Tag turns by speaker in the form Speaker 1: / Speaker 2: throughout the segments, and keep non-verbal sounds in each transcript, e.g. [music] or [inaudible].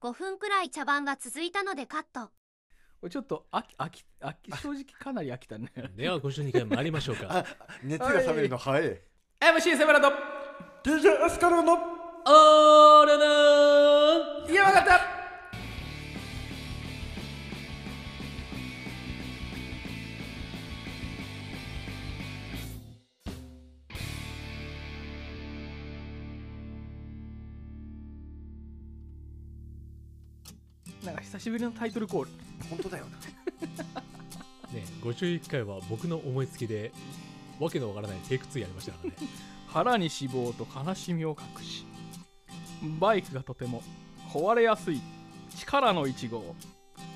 Speaker 1: 5分くらい茶番が続いたのでカット
Speaker 2: これちょっと飽き飽き飽き正直かなり飽きたね [laughs]
Speaker 3: では52回参りましょうか。
Speaker 4: あ、熱が冷めるの早い。
Speaker 2: MC セブラと
Speaker 4: DJ エスカルの
Speaker 3: オールナ
Speaker 2: 山形なんか久しぶりのタイトルコール
Speaker 4: 本当だよ
Speaker 3: ーね、51回は僕の思いつきで、わけのわからないテイク2やりましたからね。
Speaker 2: 腹に脂肪と悲しみを隠しバイクがとても壊れやすい力の1号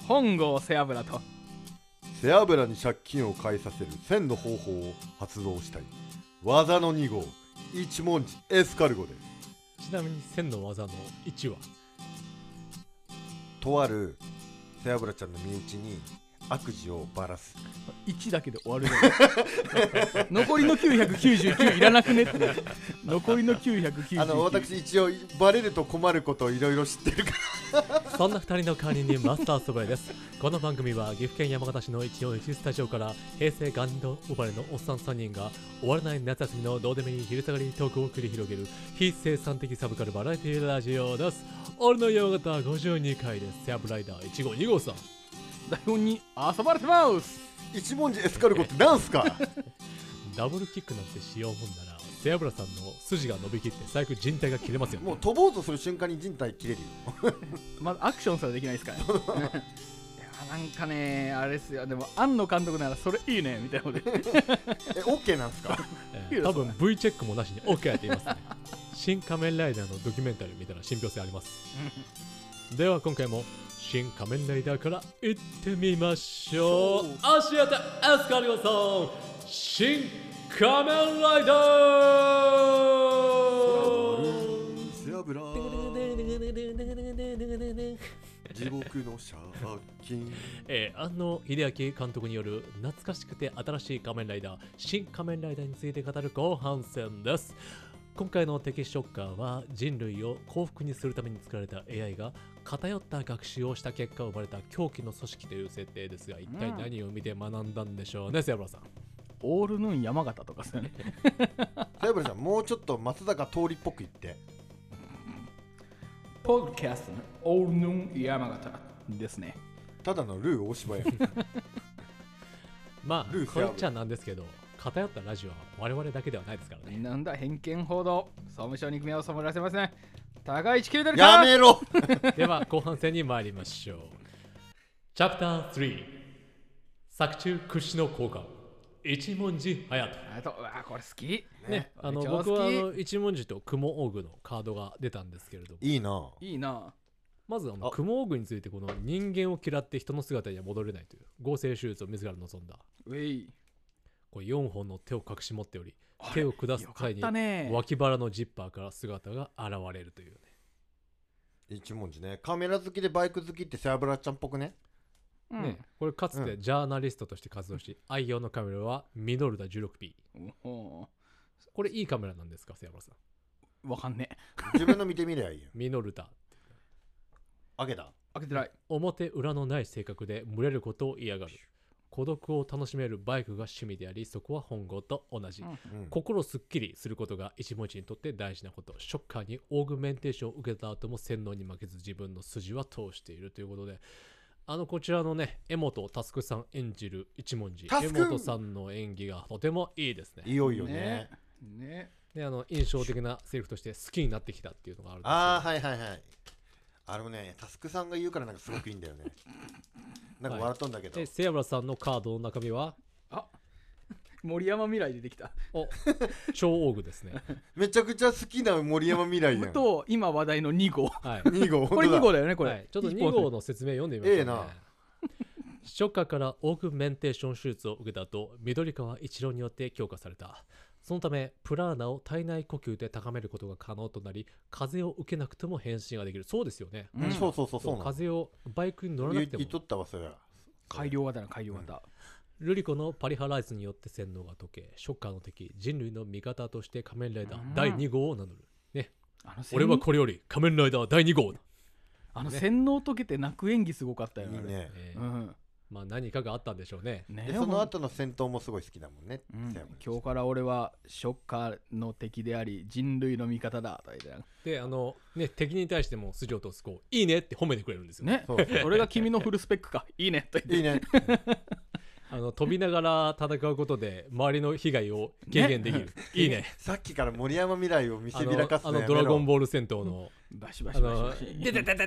Speaker 2: 本郷背脂と
Speaker 4: 背脂に借金を返させる千の方法を発動したい技の2号一文字エスカルゴです
Speaker 3: ちなみに1000の技の1は、
Speaker 4: とある背脂ちゃんの身内に悪事をばらす
Speaker 2: 1だけで終わるじゃない [laughs] 残りの999いらなくねって残りの999
Speaker 4: あの私一応バレると困ることをいろいろ知ってるから
Speaker 3: そんな2人の管理人マスターそばです。この番組は岐阜県山形市の141スタジオから平成元年生まれのおっさん3人が終わらない夏休みのどうでもいい昼下がりトークを繰り広げる非生産的サブカルバラエティラジオです。俺の山形52回です。セアブライダー1号2号さん。
Speaker 2: 台本に遊ばれてます
Speaker 4: 一文字エスカルゴってなんすか
Speaker 3: ダブルキックなんてしようもんなら、セアブラさんの筋が伸びきって最悪人体が切れますよ、ね。
Speaker 4: [laughs] もう飛ぼうとする瞬間に人体切れるよ
Speaker 2: まだアクションすらできないですから [laughs] いやなんかねあれですよでも庵野監督ならそれいいねみたいなので
Speaker 4: えオッケーなんすか
Speaker 3: え
Speaker 2: いい
Speaker 3: ー、
Speaker 2: よ
Speaker 3: 多分 V チェックもなしに OK やっていますね。新仮面ライダーのドキュメンタリーみたいな信憑性あります。では今回も新仮面ライダーから行ってみましょう。足当てエスカリオさん、新仮面ライダー
Speaker 4: 背脂地獄の借金
Speaker 3: えー、安野秀明監督による懐かしくて新しい仮面ライダー、新仮面ライダーについて語る後半戦です。今回の敵ショッカーは人類を幸福にするために作られた AI が偏った学習をした結果生まれた狂気の組織という設定ですが、一体何を見て学んだんでしょうね、セブラさん。
Speaker 2: オールヌーン山形とかですよね
Speaker 4: 背脂ちゃんもうちょっと松坂通りっぽく言って
Speaker 2: ポッドキャストのオールヌーン山形ですね
Speaker 4: ただのルー大芝や
Speaker 3: まあ
Speaker 4: ルー、セ
Speaker 3: こ
Speaker 4: ア
Speaker 3: れ
Speaker 4: ブ
Speaker 3: っちゃなんですけど、偏ったラジオは我々だけではないですからね。
Speaker 2: なんだ偏見報道総務省に目を染まらせません高い地球でる
Speaker 4: や
Speaker 2: か
Speaker 4: めろ
Speaker 3: では後半戦に参りましょうチャプター3作中屈指の効果一文字隼人
Speaker 2: あとうわこれ好き
Speaker 3: ね、あの
Speaker 2: めっちゃ好き
Speaker 3: 僕はあの一文字と雲オーグのカードが出たんですけれども
Speaker 4: いいない
Speaker 2: いな
Speaker 3: まずあの
Speaker 4: あ
Speaker 3: 雲オーグについてこの人間を嫌って人の姿には戻れないという合成手術を自ら望んだ
Speaker 2: ウェイ
Speaker 3: これ4本の手を隠し持っており手を下す
Speaker 2: よかっ
Speaker 3: 際に
Speaker 2: たね
Speaker 3: 脇腹のジッパーから姿が現れるというね
Speaker 4: 一文字ねカメラ好きでバイク好きって背脂ちゃんっぽくね
Speaker 2: うん
Speaker 3: ねこれかつてジャーナリストとして活動し愛用のカメラはミノルダ 16P
Speaker 2: おお
Speaker 3: これいいカメラなんですか瀬山さん
Speaker 2: わかんねえ
Speaker 4: 自分の見てみりゃ
Speaker 3: [laughs]
Speaker 4: いいよ
Speaker 3: ミノルタ
Speaker 4: あげだ
Speaker 2: 開けてない
Speaker 3: 表裏のない性格で群れることを嫌がる孤独を楽しめるバイクが趣味でありそこは本郷と同じ、
Speaker 2: うん
Speaker 4: うん
Speaker 3: 心をすっきりすることが一文字にとって大事なことショッカーにオーグメンテーションを受けた後も洗脳に負けず自分の筋は通しているということであのこちらのね江本佑さん演じる一文字
Speaker 4: タ
Speaker 3: 江
Speaker 4: スク
Speaker 3: 本さんの演技がとてもいいですね
Speaker 4: いよいよね
Speaker 2: ねね
Speaker 3: であの印象的なセリフとして好きになってきたっていうのがあるんですけど
Speaker 4: ああはいはいはいあのねタスクさんが言うからなんかすごくいいんだよねなんか笑っとんだけど、
Speaker 3: でセアブラさんのカードの中身は
Speaker 2: あ森山未来出てきた
Speaker 3: お超オーグですね
Speaker 4: めちゃくちゃ好きな森山未来やん
Speaker 2: と今話題の2号
Speaker 3: はい
Speaker 4: 2号
Speaker 2: これ2
Speaker 4: 本
Speaker 2: 号
Speaker 4: 当だ
Speaker 2: だよねこれ、
Speaker 3: はい、ちょっと2号の説明読んでみましょう、ね。
Speaker 4: ええな
Speaker 3: 初夏からオーグメンテーション手術を受けた後、緑川一郎によって強化された。そのため、プラーナを体内呼吸で高めることが可能となり、風を受けなくても変身ができる。そうですよね。
Speaker 2: うん
Speaker 4: そうそうそうそうなの
Speaker 3: 風をバイクに乗らな
Speaker 4: 言
Speaker 3: く
Speaker 4: い
Speaker 3: て
Speaker 4: 言っと
Speaker 3: も、
Speaker 4: ったわそれは
Speaker 2: 改良型な改良型、
Speaker 3: ルリコのパリハライズによって洗脳が解け、ショッカーの敵、人類の味方として仮面ライダ
Speaker 2: うん
Speaker 3: ー第2号を名乗る。ね、
Speaker 2: あの
Speaker 3: 俺はこれより仮面ライダー第2号だ。
Speaker 2: あの
Speaker 3: ね
Speaker 2: 洗脳解けて泣く演技すごかった
Speaker 4: い
Speaker 2: よ
Speaker 4: いね
Speaker 3: え
Speaker 2: あれ
Speaker 3: ー
Speaker 2: うん
Speaker 3: まあ何かがあったんでしょうね。
Speaker 2: ね
Speaker 4: でその後の戦闘もすごい好きだもんね、
Speaker 2: うん
Speaker 4: セアブラ
Speaker 2: 今日から俺はショッカーの敵であり人類の味方だとか言って
Speaker 3: で、あの、ね、敵に対しても筋を通す、こう、いいねって褒めてくれるんですよ。
Speaker 2: ね
Speaker 4: そうそう
Speaker 2: それが君のフルスペックかいいねと言
Speaker 4: いい
Speaker 2: って
Speaker 4: ね
Speaker 3: あの、飛びながら戦うことで、周りの被害を軽減できる。いいね。
Speaker 2: [laughs]
Speaker 4: さっきから森山未来を見
Speaker 3: あ
Speaker 4: せびら
Speaker 3: の
Speaker 4: かす
Speaker 3: あ
Speaker 4: の
Speaker 3: の
Speaker 4: や
Speaker 3: ド
Speaker 4: めろ
Speaker 3: ラゴンボール戦闘の、
Speaker 2: バシバ
Speaker 3: あ
Speaker 2: シバシ
Speaker 3: の
Speaker 2: [laughs] バシ、
Speaker 3: ででででで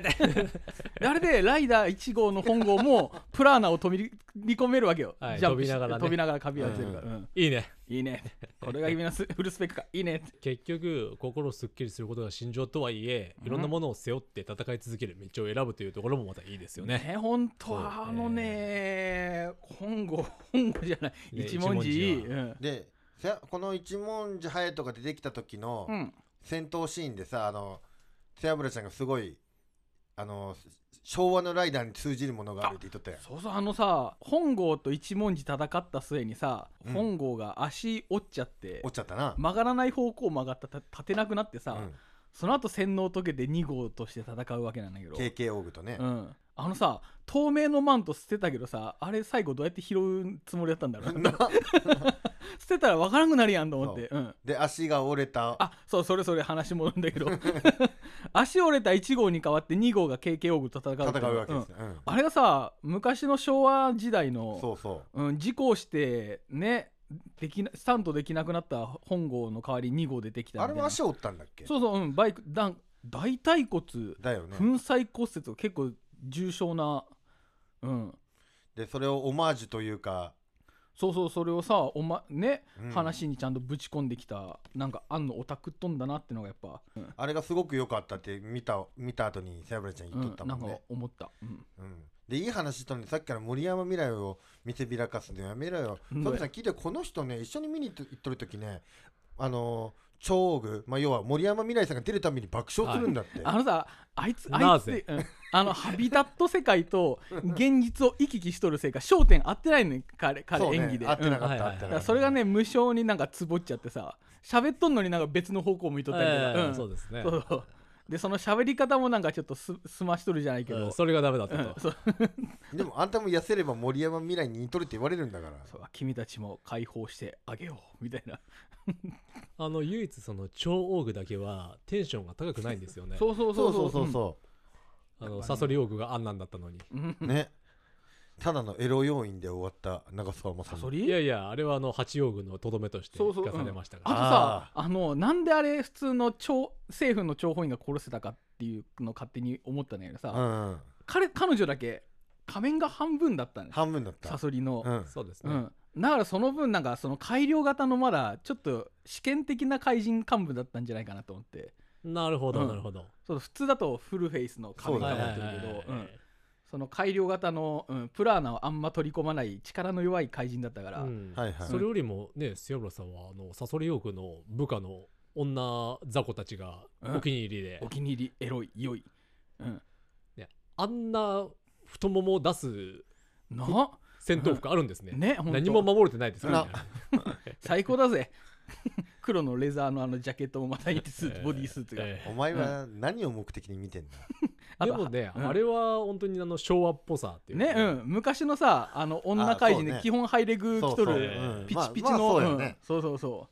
Speaker 2: であれでライダー1号の本郷もプラーナを飛び込めるわけよ、
Speaker 3: はい
Speaker 2: ジャンプして
Speaker 3: 飛びながらね
Speaker 2: 飛びながらカビを当てるから、
Speaker 4: うん
Speaker 2: うん
Speaker 3: いいね。
Speaker 2: いいねこれが君のスフルスペックかいいねって
Speaker 3: 結局、心をすっきりすることが心情とはいえ、いろんなものを背負って戦い続ける道を選ぶというところもまたいいですよね。
Speaker 2: ね本当
Speaker 3: そう
Speaker 2: あのね、本郷本郷じゃない、
Speaker 3: ね
Speaker 2: 一文字
Speaker 3: 一文字
Speaker 2: うん
Speaker 4: でせやこの一文字ハエとか出てきた時の
Speaker 2: うん
Speaker 4: 戦闘シーンでさあの背脂ちゃんがすごいあの昭和のライダーに通じるものがあるって言っとったやん
Speaker 2: そうそうあのさ本郷と一文字戦った末にさ、
Speaker 4: うん
Speaker 2: 本郷が足折っちゃって
Speaker 4: おっちゃったな、
Speaker 2: 曲がらない方向曲がったた立てなくなってさ、
Speaker 4: うん
Speaker 2: その後洗脳解けて2号として戦うわけなんだけど、
Speaker 4: KK オーグとね、
Speaker 2: うん、あのさ透明のマント捨てたけどさあれ最後どうやって拾うつもりだったんだろう
Speaker 4: [laughs] な
Speaker 2: 捨てたら分からんくなるやんと思ってうん
Speaker 4: で足が折れた
Speaker 2: あそうそれそれ話戻るんだ
Speaker 4: [laughs]
Speaker 2: けど足折れた1号に代わって2号が KK オーグと戦うってい
Speaker 4: 戦うわけです
Speaker 2: ん
Speaker 4: ね、うん
Speaker 2: あれがさ昔の昭和時代の、
Speaker 4: そうそ
Speaker 2: うん、事故をしてねできなスタントできなくなった本郷の代わりに2号出てき
Speaker 4: う
Speaker 2: たみ
Speaker 4: あ
Speaker 2: た
Speaker 4: れ
Speaker 2: いな
Speaker 4: は足折ったんだっけ
Speaker 2: そうそう、うん、バイクだ大腿骨
Speaker 4: だよね
Speaker 2: 粉砕骨折が結構重症なうん
Speaker 4: でそれをオマージュというか、
Speaker 2: そうそうそれをさおまね、
Speaker 4: うん
Speaker 2: 話にちゃんとぶち込んできたなんかあんのオタクっとんだなってのがやっぱ、うん
Speaker 4: あれがすごく良かったって見た見た後に背脂ちゃん言っとった
Speaker 2: うん、な
Speaker 4: も
Speaker 2: ん
Speaker 4: ん
Speaker 2: か
Speaker 4: ね、
Speaker 2: 思った、うん
Speaker 4: うんでいい話したのにさっきから森山未来を見せびらかすのやめろよ。
Speaker 2: うん
Speaker 4: サブちゃん聞いてこの人ね一緒に見に行っとる時ねあのー超大具、まあ、要は森山未来さんが出るために爆笑するんだって。
Speaker 2: あのさあいつあ
Speaker 3: ない
Speaker 2: つ
Speaker 3: ぜ
Speaker 2: で、うんあのハビタット世界と現実を行き来しとるせいか焦点合ってないのよ彼彼
Speaker 4: そうね
Speaker 2: 演技で、
Speaker 4: 合って
Speaker 2: うん
Speaker 4: なかった、
Speaker 3: うん
Speaker 2: だ
Speaker 4: 合ってな
Speaker 2: か
Speaker 4: からった
Speaker 2: それがね無性になんかつぼっちゃってさ喋っとんのになんか別の方向向いとったりとか、
Speaker 3: ええ
Speaker 2: うん
Speaker 3: そうですね。
Speaker 2: そうそうでその喋り方もなんかちょっとすすましとるじゃないけど、
Speaker 3: うんそれがダメだった
Speaker 2: うん
Speaker 3: と。
Speaker 2: そう
Speaker 4: でもあんたも痩せれば森山未来に似とるって言われるんだから
Speaker 2: そう君たちも解放してあげようみたいな、
Speaker 3: あの、唯一その、超オーグだけは、テンションが高くないんですよね。
Speaker 2: そうそうそうそう
Speaker 4: そ
Speaker 3: あの、サソリオーグがあんなんだったのに。
Speaker 2: うん
Speaker 4: うねただのエロ要因で終わった長澤ま
Speaker 2: サ
Speaker 4: さみ
Speaker 2: ソ
Speaker 3: いや
Speaker 2: リ
Speaker 3: いや、あれはあの、八王具のとどめとして
Speaker 2: そうそう
Speaker 3: 聞かされました
Speaker 2: あと
Speaker 3: か
Speaker 2: さあのなんであれ普通の諜政府の諜報員が殺せたかっていうのを勝手に思ったんだけどさ、
Speaker 4: うんうん
Speaker 2: 彼彼女だけ仮面が半分だったね
Speaker 4: 半分だった
Speaker 2: サソリの
Speaker 4: う、ん
Speaker 3: ら。そうです
Speaker 2: う
Speaker 3: ね。
Speaker 2: んだからその分なんかその改良型のまだちょっと試験的な怪人幹部だったんじゃないかなと思って
Speaker 3: なるほ
Speaker 2: う
Speaker 3: ど、
Speaker 2: ん
Speaker 3: なるほど。
Speaker 2: そう普通だとフルフェイスの仮面
Speaker 4: そう
Speaker 2: が
Speaker 4: だね
Speaker 2: 持ってるけどうんその改良型の、うん、プラーナをあんま取り込まない力の弱い怪人だったから、
Speaker 3: うん
Speaker 4: はいはい
Speaker 3: それよりもね、瀬村さんは、あの、サソリオーグの部下の女雑魚たちが
Speaker 2: うん
Speaker 3: お気に入りで
Speaker 2: お、気に入りエロい良い、うん、
Speaker 3: あんな太ももを出す
Speaker 2: な
Speaker 3: 戦闘服あるんですね。
Speaker 2: ね本当
Speaker 3: 何も守れてないですからね。
Speaker 2: 最高だぜ [laughs] 黒のレザーのあのジャケットもまたいてス
Speaker 4: [laughs]
Speaker 2: ーツ、ボディースーツが、
Speaker 3: ええ
Speaker 4: お前は何を目的に見てんだ、
Speaker 2: あ
Speaker 3: で
Speaker 2: と
Speaker 3: もね、
Speaker 2: うん
Speaker 3: あれは本当にあの昭和っぽさっていうか
Speaker 2: ねうん昔のさあの女怪人
Speaker 4: あそう
Speaker 2: で
Speaker 4: ね
Speaker 2: 基本ハイレグ着と
Speaker 4: そう
Speaker 2: る
Speaker 3: ね
Speaker 4: うん
Speaker 2: ピチピチ
Speaker 4: まあまあ
Speaker 2: の、
Speaker 4: そう
Speaker 2: う
Speaker 4: よ
Speaker 2: ん
Speaker 4: ね、
Speaker 2: そうそうそ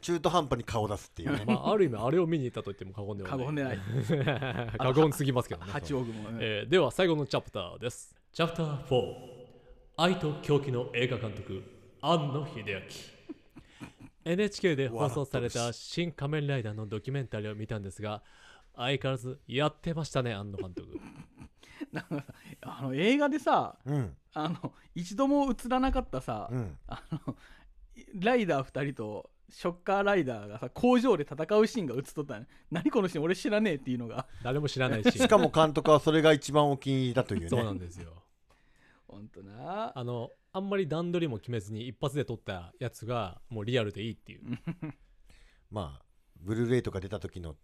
Speaker 4: 中途半端に顔出すっていうね
Speaker 3: まあ、ある意味あれを見に行ったと言っても過言で
Speaker 2: う
Speaker 3: はな
Speaker 2: 過
Speaker 3: い
Speaker 2: 言でない
Speaker 3: [laughs] 過言すぎますけどね、
Speaker 2: 八王子も、うん
Speaker 3: [laughs] えーでは最後のチャプターですチャプター4愛と狂気の映画監督庵野秀 [laughs] 明 NHK で放送された「新仮面ライダー」のドキュメンタリーを見たんですが相変わらずやってましたね庵野監 [laughs] 督
Speaker 2: なんかさあの映画でさ
Speaker 4: うん
Speaker 2: あの一度も映らなかったさ、
Speaker 4: うん
Speaker 2: あのライダー2人とショッカーライダーがさ工場で戦うシーンが映っとったね何このシーン俺知らねえっていうのが
Speaker 3: 誰も知らないし
Speaker 4: しかも監督はそれが一番お気に入りだというね
Speaker 3: そうなんですよ
Speaker 2: ほんとな
Speaker 3: あのあんまり段取りも決めずに一発で撮ったやつがもうリアルでいいっていう
Speaker 4: まあブルーレイとか出た時の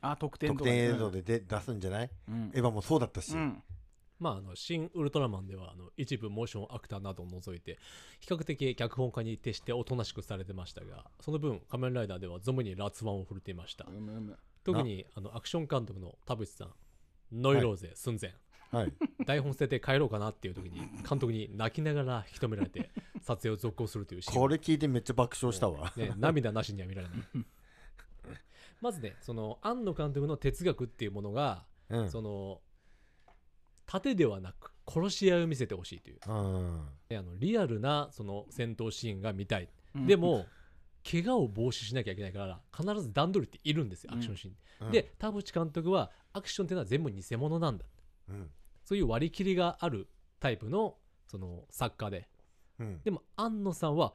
Speaker 2: あ特典と
Speaker 4: 特
Speaker 2: か
Speaker 4: 典
Speaker 2: ね
Speaker 4: 映像で出出すんじゃない
Speaker 2: うん
Speaker 4: エヴァもそうだったし、
Speaker 2: うん
Speaker 3: まあ、あの新ウルトラマンではあの一部モーションアクターなどを除いて比較的脚本家に徹しておとなしくされてましたがその分仮面ライダーでは存分に辣腕を振るっていました
Speaker 2: うむうむ
Speaker 3: 特にあのアクション監督の田淵さんノイローゼ寸前、
Speaker 4: はい。
Speaker 3: 台本捨てて帰ろうかなっていう時に監督に泣きながら引き止められて撮影を続行するというシーン
Speaker 4: これ聞いてめっちゃ爆笑したわ。 [laughs]
Speaker 3: ね、涙なしには見られないまずねその庵野監督の哲学っていうものが、
Speaker 4: うん。
Speaker 3: その盾ではなく殺し合いを見せてほしいという
Speaker 4: うん。
Speaker 3: ねあのリアルなその戦闘シーンが見たい、
Speaker 2: うん
Speaker 3: でも怪我を防止しなきゃいけないから必ず段取りっているんですよ
Speaker 2: う
Speaker 3: ア
Speaker 2: ん
Speaker 3: クションシーン、
Speaker 4: うん
Speaker 3: で、田淵監督はアクションっていうのは全部偽物なんだ
Speaker 4: うん。
Speaker 3: そういう割り切りがあるタイプのその作家で
Speaker 4: うん。
Speaker 3: でも庵野さんは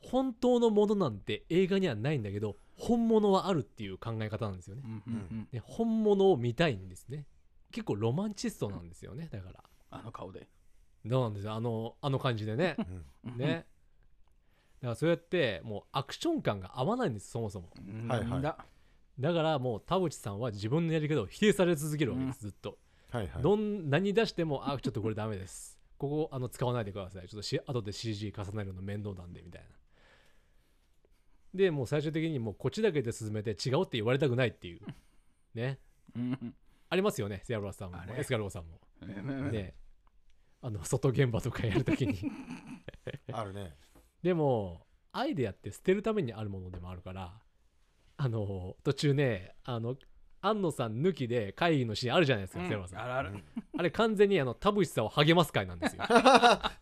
Speaker 3: 本当のものなんて映画にはないんだけど本物はあるっていう考え方なんですよね
Speaker 2: うんうんうん
Speaker 3: で本物を見たいんですね結構ロマンチストなんですよねだから
Speaker 2: あの顔で
Speaker 3: どうなんですよあのあの感じでねねだからそうやってもうアクション感が合わないんですそもそも
Speaker 2: うん
Speaker 4: はいはい
Speaker 2: なんだ
Speaker 3: だからもう田淵さんは自分のやり方を否定され続けるわけですずっと
Speaker 4: はいはい。
Speaker 3: どん何出してもあちょっとこれダメですここあの使わないでくださいちょっとし後で CG 重ねるの面倒なんでみたいなでもう最終的にもうこっちだけで進めて違うって言われたくないっていうね
Speaker 2: うん
Speaker 3: ありますよねセアロラさんも
Speaker 2: あれ
Speaker 3: エスカルゴさんも
Speaker 2: うん
Speaker 3: ねあの外現場とかやると
Speaker 2: [laughs]
Speaker 3: きに
Speaker 4: あるね。 [laughs]
Speaker 3: でもアイデアって捨てるためにあるものでもあるからあの途中ねあの安野さん抜きで会議のシーンあるじゃないですか、セアロラさん
Speaker 2: あるある
Speaker 3: あれ完全にあの田淵さんを励ます会なんですよ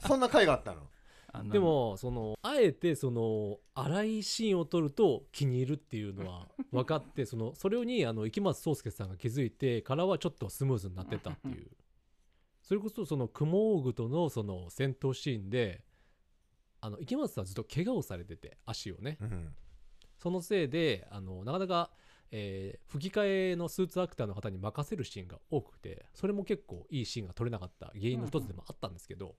Speaker 4: そんな回があったの
Speaker 2: あんなの
Speaker 3: でもそのあえてその荒いシーンを撮ると気に入るっていうのは分かってそのそれにあの池松壮亮さんが気づいてからはちょっとスムーズになってったっていうそれこそその雲大具とのその戦闘シーンであの池松さんずっと怪我をされてて足をね
Speaker 4: うん。
Speaker 3: そのせいであのなかなか、えー吹き替えのスーツアクターの方に任せるシーンが多くてそれも結構いいシーンが撮れなかった原因の一つでもあったんですけど、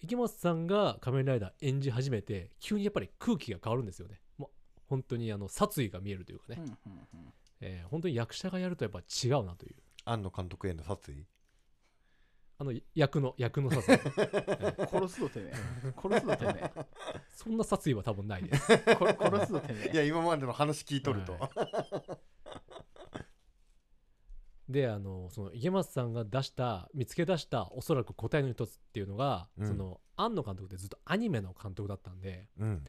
Speaker 3: 池松さんが仮面ライダー演じ始めて急にやっぱり空気が変わるんですよね。もう本当にあの殺意が見えるというかね、
Speaker 2: うんうんうん
Speaker 3: えー本当に役者がやるとやっぱ違うなという
Speaker 4: 庵野監督への殺意
Speaker 3: あの役の役の殺意
Speaker 2: 殺すぞてめえ殺すぞてめ
Speaker 3: そんな殺意は多分ないです。
Speaker 2: えこ殺すぞてめ
Speaker 4: い
Speaker 2: え
Speaker 4: や、今までの話聞いとると。
Speaker 3: は [laughs] であのその池松さんが出した見つけ出したおそらく答えの一つっていうのが、
Speaker 4: うん
Speaker 3: その庵野監督ってずっとアニメの監督だったんで
Speaker 4: うん。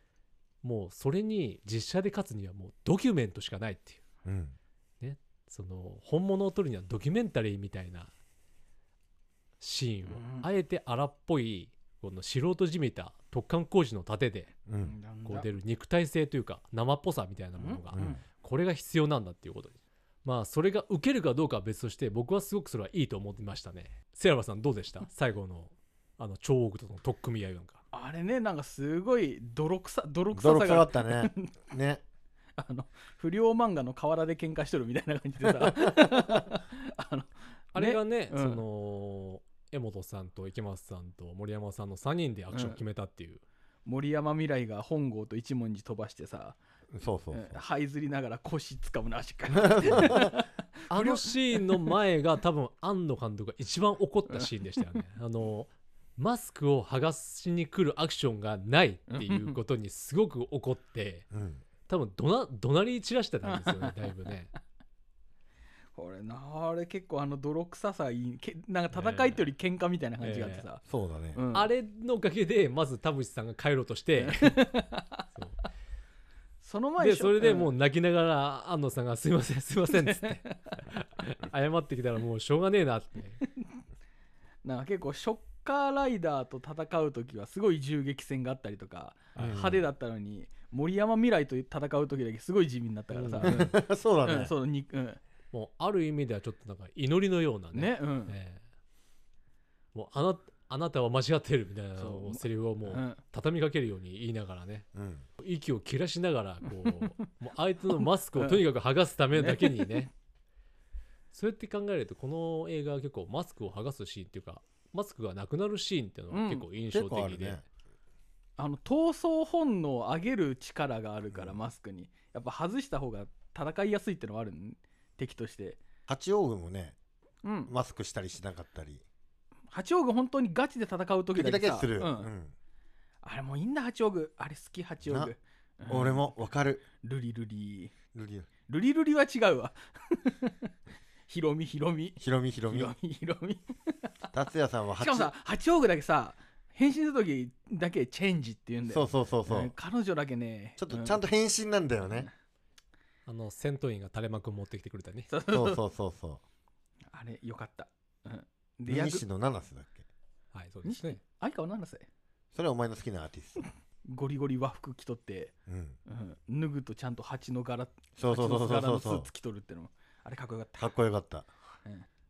Speaker 3: もうそれに実写で勝つにはもうドキュメントしかないっていう
Speaker 4: うん。
Speaker 3: その本物を撮るにはドキュメンタリーみたいなシーンを、
Speaker 2: うん
Speaker 3: あえて荒っぽいこの素人じみた突貫工事の盾で
Speaker 4: うん。
Speaker 2: なんだ
Speaker 3: こう出る肉体性というか生っぽさみたいなものが、
Speaker 4: うん
Speaker 3: これが必要なんだっていうことにまあそれが受けるかどうかは別として僕はすごくそれはいいと思ってましたねセラバさんどうでした最後のあの超奥との取っ組み合いなんか
Speaker 2: あれねなんかすごい泥臭泥臭
Speaker 4: 泥
Speaker 2: さ
Speaker 4: 臭か
Speaker 2: が
Speaker 4: ったね。ね。
Speaker 2: あの不良漫画の河原で喧嘩しとるみたいな感じでさあの
Speaker 3: あれがね
Speaker 2: うん
Speaker 3: その江本さんと池松さんと森山さんの3人でアクションを決めたっていう、
Speaker 2: 森山未来が本郷と一文字飛ばしてさ
Speaker 4: そうそう
Speaker 2: うん這いずりながら腰つかむの足から
Speaker 3: あのシーンの前が多分庵野監督が一番怒ったシーンでしたよねあのマスクを剥がしに来るアクションがないっていうことにすごく怒って
Speaker 4: そう。うん。
Speaker 3: 多分どな怒鳴り散らしてたんですよねだいぶね
Speaker 2: これなあれ結構あの泥臭さいいけなんか戦いってより喧嘩みたいな感じがあってさ、
Speaker 4: そうだね。
Speaker 2: うん
Speaker 3: あれのおかげでまず田淵さんが帰ろうとして
Speaker 2: その
Speaker 3: そう
Speaker 2: 前
Speaker 3: でそれでもう
Speaker 2: う
Speaker 3: 泣きながら安野さんが「すいませんすいません」っつって [laughs] 謝ってきたらもうしょうがねえなって
Speaker 2: んなんか結構ショッカーライダーと戦う時はすごい銃撃戦があったりとか、
Speaker 3: うん
Speaker 2: 派手だったのに森山未来と戦う時だけすごい地味になったからさ、
Speaker 3: うん
Speaker 4: [laughs] そうだ
Speaker 2: うん
Speaker 4: ね。
Speaker 2: そのにうん
Speaker 3: もうある意味ではちょっとなんか祈りのようなね
Speaker 2: ねうん、
Speaker 3: ええもうあなあなたは間違ってるみたいな
Speaker 2: そう
Speaker 3: もうセリフをも
Speaker 2: う
Speaker 3: うん畳みかけるように言いながらね
Speaker 4: うん。
Speaker 3: 息を切らしながらこ
Speaker 4: [laughs]
Speaker 3: うもう相手のマスクをとにかく剥がすためだけにねそうやって考えるとこの映画は結構マスクを剥がすシーンっていうかマスクがなくなるシーンっていうのは結構印
Speaker 4: 結
Speaker 3: 象
Speaker 4: 構あ
Speaker 3: 的
Speaker 4: る
Speaker 3: で、
Speaker 4: ね。
Speaker 2: あの闘争本能を上げる力があるから、マスクにやっぱ外した方が戦いやすいってのはあるん敵として
Speaker 4: 八王子もね、
Speaker 2: うん
Speaker 4: マスクしたりしなかったり。
Speaker 2: 八王子本当にガチで戦う時
Speaker 4: 時
Speaker 2: だけ
Speaker 4: 々
Speaker 2: さ
Speaker 4: する。
Speaker 2: う
Speaker 4: うんん。
Speaker 2: あれもういいんだ八王子あれ好き八王子、うん
Speaker 4: 俺もわかる。
Speaker 2: ルリルリ
Speaker 4: ルリ
Speaker 2: ルリルリは違うわ [laughs] ヒロミヒロミ
Speaker 4: ヒロミヒロ
Speaker 2: ヒ
Speaker 4: ミ
Speaker 2: ロミヒロミ
Speaker 4: 達也さんは
Speaker 2: しかもさ八王子だけさ変身する時だけチェンジって言うんだ
Speaker 4: そ
Speaker 2: よ
Speaker 4: うそうそうそう、
Speaker 2: うん彼女だけね
Speaker 4: ちょっとちゃんと変身なんだよね、
Speaker 3: あの戦闘員が垂れ幕を持ってきてくれたね
Speaker 2: うん
Speaker 4: そうそうそうそう
Speaker 2: あれよかった、うん、 [laughs] で役
Speaker 4: 西野七瀬だっけ
Speaker 3: はいそうですね
Speaker 2: 相川七瀬
Speaker 4: それはお前の好きなアーティスト、
Speaker 2: ゴリゴリ和服着とって、
Speaker 4: うん、
Speaker 2: うん、脱ぐとちゃんと蜂の柄
Speaker 4: そうそうそうそ
Speaker 2: 蜂
Speaker 4: うそ
Speaker 2: の
Speaker 4: う
Speaker 2: 柄
Speaker 4: そ
Speaker 2: の
Speaker 4: う
Speaker 2: スーツ着とるってのもあれかっこよかった
Speaker 4: かっこよかった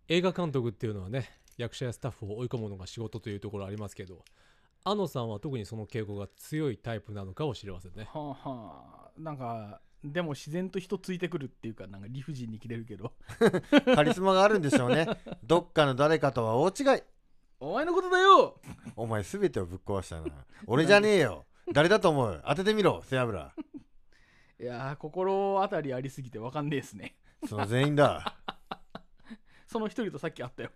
Speaker 3: 映画監督っていうのはね役者やスタッフを追い込むのが仕事というところありますけどあのさんは特にその傾向が強いタイプなのかもしれませんね
Speaker 2: はあはあなんかでも自然と人ついてくるっていうかなんか理不尽に切れるけど
Speaker 4: カリスマがあるんでし
Speaker 2: [laughs]
Speaker 4: ょうねどっかの誰かとは大違い
Speaker 2: お前のことだよ
Speaker 4: お前全てをぶっ壊したな俺じゃねえ
Speaker 2: [laughs]
Speaker 4: よ誰だと思う当ててみろ背脂
Speaker 2: いやー心当たりありすぎてわかんねえっすね
Speaker 4: その全員だ
Speaker 2: その一人とさっき会ったよ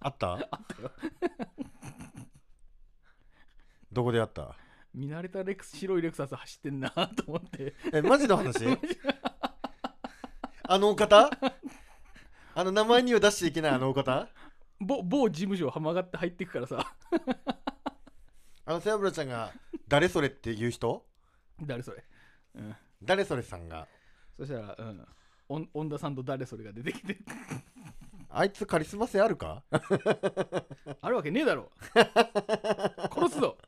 Speaker 4: あったどこでやった
Speaker 2: 見慣れたレクス白いレクサス走ってんなと思って
Speaker 4: えマジの話あのお方あの名前には出していけないあのお方
Speaker 2: 某某事務所をはまがって入ってくからさ
Speaker 4: あの背脂ちゃんが誰それっていう人
Speaker 2: 誰それ、うん、
Speaker 4: 誰それさんが
Speaker 2: そしたら、うん、おん恩田さんと誰それが出てきて
Speaker 4: あいつカリスマ性あるか
Speaker 2: あるわけねえだ
Speaker 4: [laughs]
Speaker 2: ろ殺すぞ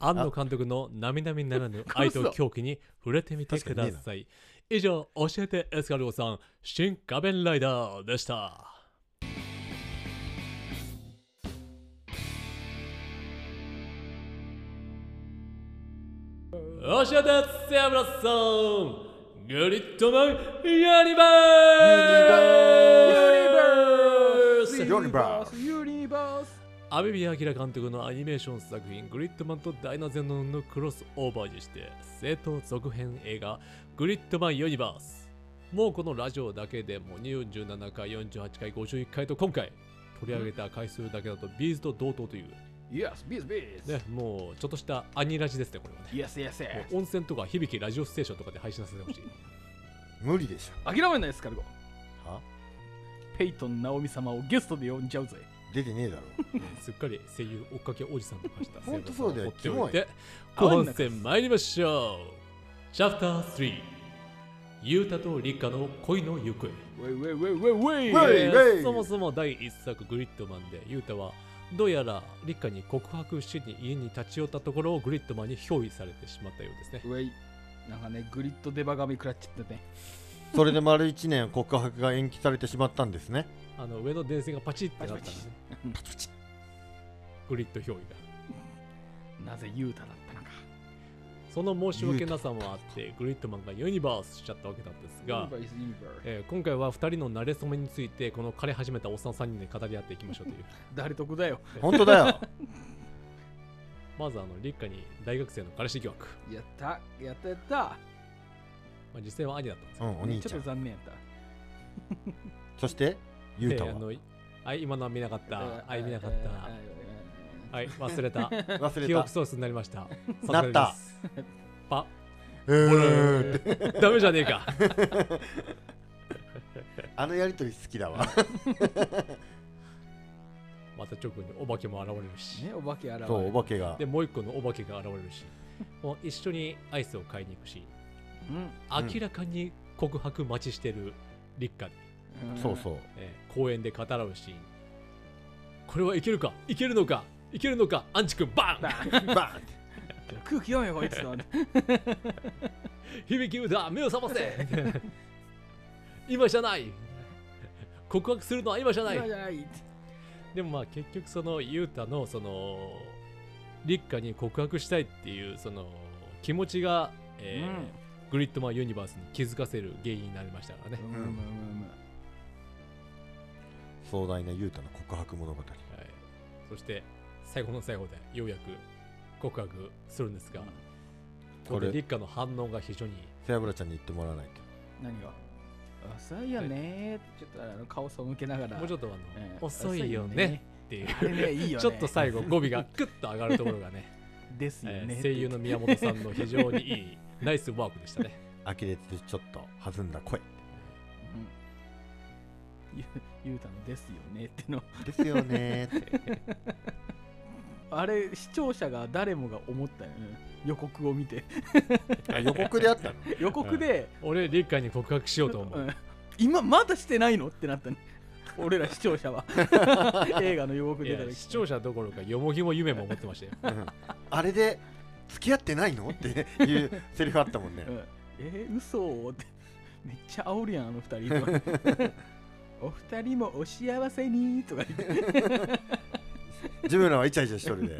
Speaker 3: 庵野監督の並々ならぬ愛と狂気に触れてみてくだ
Speaker 4: 確
Speaker 3: さい以上教えてエスカルゴさん新仮面ライダーでした教えてセブラさんグリッドマンユニバース
Speaker 4: ユニバースヨニバース
Speaker 2: ユニバース
Speaker 3: アベビア・アキラ監督のアニメーション作品グリッドマンとダイナゼノンのクロスオーバーにして正当続編映画グリッドマンユニバースもうこのラジオだけでも47回48回51回と今回取り上げた回数だけだとビーズと同等という
Speaker 2: イエスビーズビーズ
Speaker 3: ねもうちょっとしたアニラジですねこれはね
Speaker 2: イエスイエスイエス
Speaker 3: もう温泉とか響きラジオステーションとかで配信させてほしい
Speaker 4: 無理でし
Speaker 2: 諦めないエスカルゴ
Speaker 4: ょは
Speaker 2: ペイトン直美様をゲストで呼んじゃうぜ
Speaker 4: 出てねえだろ
Speaker 3: すっかり声優追っかけおじさんとかした
Speaker 4: ほんとそうだよ
Speaker 3: セイバーさんを追っておいて
Speaker 2: キモ
Speaker 3: 後
Speaker 2: い
Speaker 3: 半戦参りましょうチャプター3ユータとリカの恋の行方
Speaker 2: ウェイウェイウェイウェイウ
Speaker 4: ウェ
Speaker 2: ェイ
Speaker 4: イ
Speaker 3: えーそもそも第一作グリッドマンでユータはどうやらリカに告白しに家に立ち寄ったところをグリッドマンに憑依されてしまったようですね
Speaker 2: ウェイなんかねグリッドデバ紙食らっちゃってね
Speaker 4: それで丸1年告白が延期されてしまったんですね
Speaker 3: あの上の電線がパチッてなったんで
Speaker 2: パチ
Speaker 3: ね
Speaker 2: パ
Speaker 3: グリッド憑依が
Speaker 2: なぜユータだったのか
Speaker 3: その申し訳なさもあってグリッドマンがユニバースしちゃったわけなんですが
Speaker 2: ユニバースユニバース
Speaker 3: えー今回は2人の馴れ初めについてこの枯れ始めたおっさん3人で語り合っていきましょうという
Speaker 2: 誰得だよ
Speaker 4: 本当だよ
Speaker 3: まずあの立夏に大学生の彼氏疑惑、
Speaker 2: やったやったやった
Speaker 3: まあ、実際は兄だったんです
Speaker 4: うんお兄ち
Speaker 2: ち
Speaker 4: ゃ
Speaker 2: ょ
Speaker 4: ん
Speaker 2: っと残念やった
Speaker 4: そしてゆう
Speaker 3: けど
Speaker 4: た
Speaker 3: であ
Speaker 4: は
Speaker 3: のいあい今のは見なかったあい見なかっ
Speaker 2: えーえーえ
Speaker 3: たはい忘れた
Speaker 4: 忘れ
Speaker 3: 記憶
Speaker 4: た
Speaker 3: 喪失になりました
Speaker 4: なっ
Speaker 3: さ
Speaker 4: た
Speaker 3: すがですパ
Speaker 4: うーんって
Speaker 3: ッダメじゃねえか
Speaker 4: あのやりとり好きだわ
Speaker 3: また直後にお化けも現れる
Speaker 2: ー
Speaker 3: し
Speaker 2: ねお化け現れる
Speaker 4: そうお化けが
Speaker 3: でもう一個のお化けが現れるしもう一緒にアイスを買いに行くし
Speaker 2: うん
Speaker 4: ん
Speaker 3: 明らかに告白待ちしてる立夏に
Speaker 2: ん
Speaker 4: そうそう
Speaker 3: えー公園で語らうシーンこれはいけるかいけるのかいけるのかアンチ君バン
Speaker 2: バーン
Speaker 4: バーンって
Speaker 2: 空気読めよこいつの
Speaker 3: [laughs] 響き歌目を覚ませ [laughs] 今じゃない告白するの [laughs] は今じゃない
Speaker 2: 今じゃない
Speaker 3: でもまあ結局その雄太のその立夏に告白したいっていうその気持ちが、えー
Speaker 2: うん
Speaker 3: グリッドマンユニバースに気づかせる原因になりましたからね、
Speaker 2: うんうんうんうん
Speaker 4: 壮大なゆうたの告白物語
Speaker 3: はい、そして最後の最後でようやく告白するんですが、こ
Speaker 4: こ
Speaker 3: れ
Speaker 4: れ
Speaker 3: 立夏の反応が非常に
Speaker 4: 背脂ちゃんに言ってもらわないと
Speaker 2: 何が遅いよねーちょっとあの顔背けながら
Speaker 3: もうちょっとあの、
Speaker 2: えー
Speaker 3: 遅いよねっていう
Speaker 2: あれねいいよね
Speaker 3: ちょっと最後語尾が [laughs] クッと上がるところが [laughs] ね
Speaker 2: ですよ
Speaker 3: え
Speaker 2: ね
Speaker 3: ー声優の宮本さ [laughs] んの非常にいいナイスワークでしたね
Speaker 4: 呆れてちょっと弾んだ声
Speaker 2: ゆゆうたの「ですよね」っての
Speaker 4: ですよねーって
Speaker 2: あれ視聴者が誰もが思ったよね予告を見
Speaker 3: [laughs]
Speaker 2: て
Speaker 4: [laughs] あ予告であったの
Speaker 2: 予告で、
Speaker 3: 俺、立花に告白しようと思
Speaker 2: う
Speaker 3: う。
Speaker 2: ん今まだしてないのってなったね俺ら視聴者
Speaker 3: [laughs]
Speaker 2: は映画の予告
Speaker 3: い
Speaker 2: 出
Speaker 3: や
Speaker 2: た時
Speaker 3: 視聴者どころか、よもぎも夢も思ってましたよ。
Speaker 4: うんあれで付き合ってないのっていうセリフあったもんね
Speaker 2: うん、えー、嘘って [laughs] めっちゃ煽るやんあの二人と [laughs] かお二人もお幸せにとか言って、
Speaker 4: 自分らはイチャイチャしとるで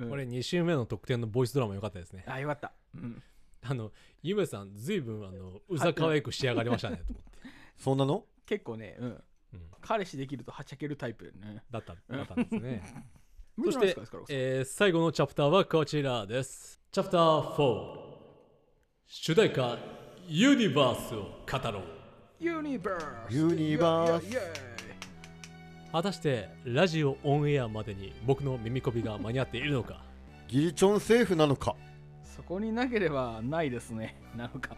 Speaker 2: うん
Speaker 3: これ、2週目の特典のボイスドラマ良かったですね。
Speaker 2: あよかった、うん、
Speaker 3: あの、ゆめさん、ずいぶん、あの、うざかわいく仕上がりましたね、と思って。
Speaker 4: そんなの
Speaker 2: 結構ね、うん、
Speaker 3: うん
Speaker 2: 彼氏できるとはちゃけるタイプよね
Speaker 3: だった、だったんですね。
Speaker 2: 無
Speaker 3: そ
Speaker 2: 理なんです
Speaker 3: して
Speaker 2: かですから、
Speaker 3: えー最後のチャプターはこちらです。チャプター4主題歌「ユニバース」を語ろう。
Speaker 2: ユニバース
Speaker 4: ユニバース
Speaker 2: イエイイエイ
Speaker 3: 果たしてラジオオンエアまでに僕の耳こびが間に合っているのか [laughs]
Speaker 4: ギリチョン政府なのか
Speaker 2: そこになければないですねなのか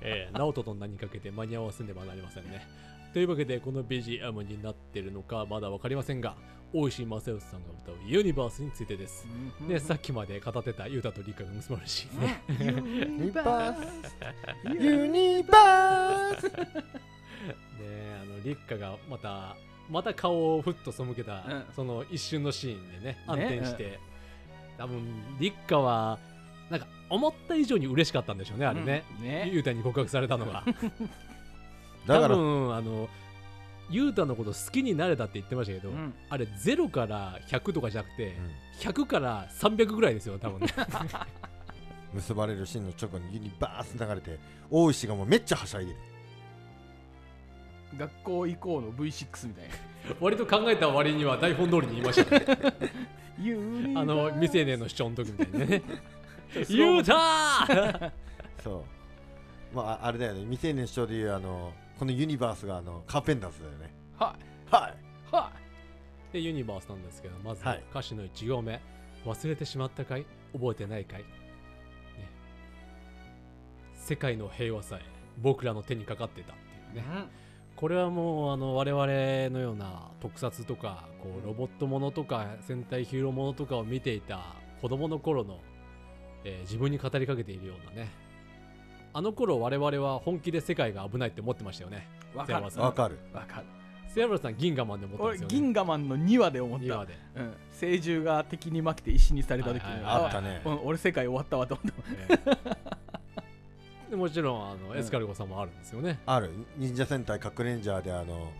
Speaker 3: えー、ナオトと何かけて間に合わせねばなりませんね。というわけでこの BGM になっているのかまだ分かりませんが大石正義さんが歌う「ユニバース」についてです。でさっきまで語ってたユータとリカが結ばれるしね。
Speaker 2: ユ
Speaker 4: ユニ
Speaker 2: ニ
Speaker 4: バ
Speaker 2: バ
Speaker 4: ー
Speaker 2: ー
Speaker 4: ス
Speaker 2: スユ
Speaker 4: ユニバース
Speaker 3: であの立花がまたまた顔をふっと背けた、
Speaker 2: うん
Speaker 3: その一瞬のシーンでね
Speaker 2: ね
Speaker 3: 暗転して、多分立花はなんか思った以上に嬉しかったんでしょうねあれね、
Speaker 2: うんね
Speaker 3: ゆうたに告白されたのが
Speaker 4: だか
Speaker 3: 多
Speaker 4: ら
Speaker 3: 分あのゆうたのこと好きになれたって言ってましたけど、
Speaker 2: うん
Speaker 3: あれ0から100とかじゃなくて、100から300ぐらいですよ多分 [laughs] ね
Speaker 4: 結ばれるシーンの直後にユニバース流れて大石がもうめっちゃはしゃいでる
Speaker 2: 学校以降の V6 みたいな
Speaker 3: 割と考えた割には台本通りに言いましたね
Speaker 2: ユニバ
Speaker 3: あ
Speaker 2: ース
Speaker 3: の未成年の主張の時みたいに
Speaker 2: [laughs]
Speaker 3: ね
Speaker 2: スロー
Speaker 3: ゆうたー
Speaker 4: そうまああれだよね未成年主張でいうあのこのユニバースがあのカーペンダースだよね
Speaker 2: は
Speaker 4: はい
Speaker 2: は
Speaker 3: で、ユニバースなんですけど、まず
Speaker 4: はい
Speaker 3: 歌詞の1行目、忘れてしまったかい覚えてないかい、ね、世界の平和さえ僕らの手にかかってたっていうね。これはもうあの我々のような特撮とかこうロボットものとか戦隊ヒーローものとかを見ていた子供の頃の、えー自分に語りかけているようなねあの頃我々は本気で世界が危ないって思ってましたよね
Speaker 2: わかる
Speaker 3: そう
Speaker 4: わかる
Speaker 2: わかる
Speaker 3: セアブラさん銀河マンで思ったんで
Speaker 2: 俺
Speaker 3: すよね
Speaker 2: 銀河マンの2話で思っ
Speaker 3: 今
Speaker 2: た、
Speaker 3: で、
Speaker 2: うん、聖獣が敵に負けて石にされた時に、
Speaker 3: はいはいはい
Speaker 4: あったね
Speaker 2: うん、俺世界終わったわと思っ
Speaker 3: でも [laughs] ちろんあ
Speaker 2: う
Speaker 3: の
Speaker 2: ん
Speaker 3: エスカルゴさんもあるんですよね。
Speaker 4: ある忍者戦隊カクレンジャーであの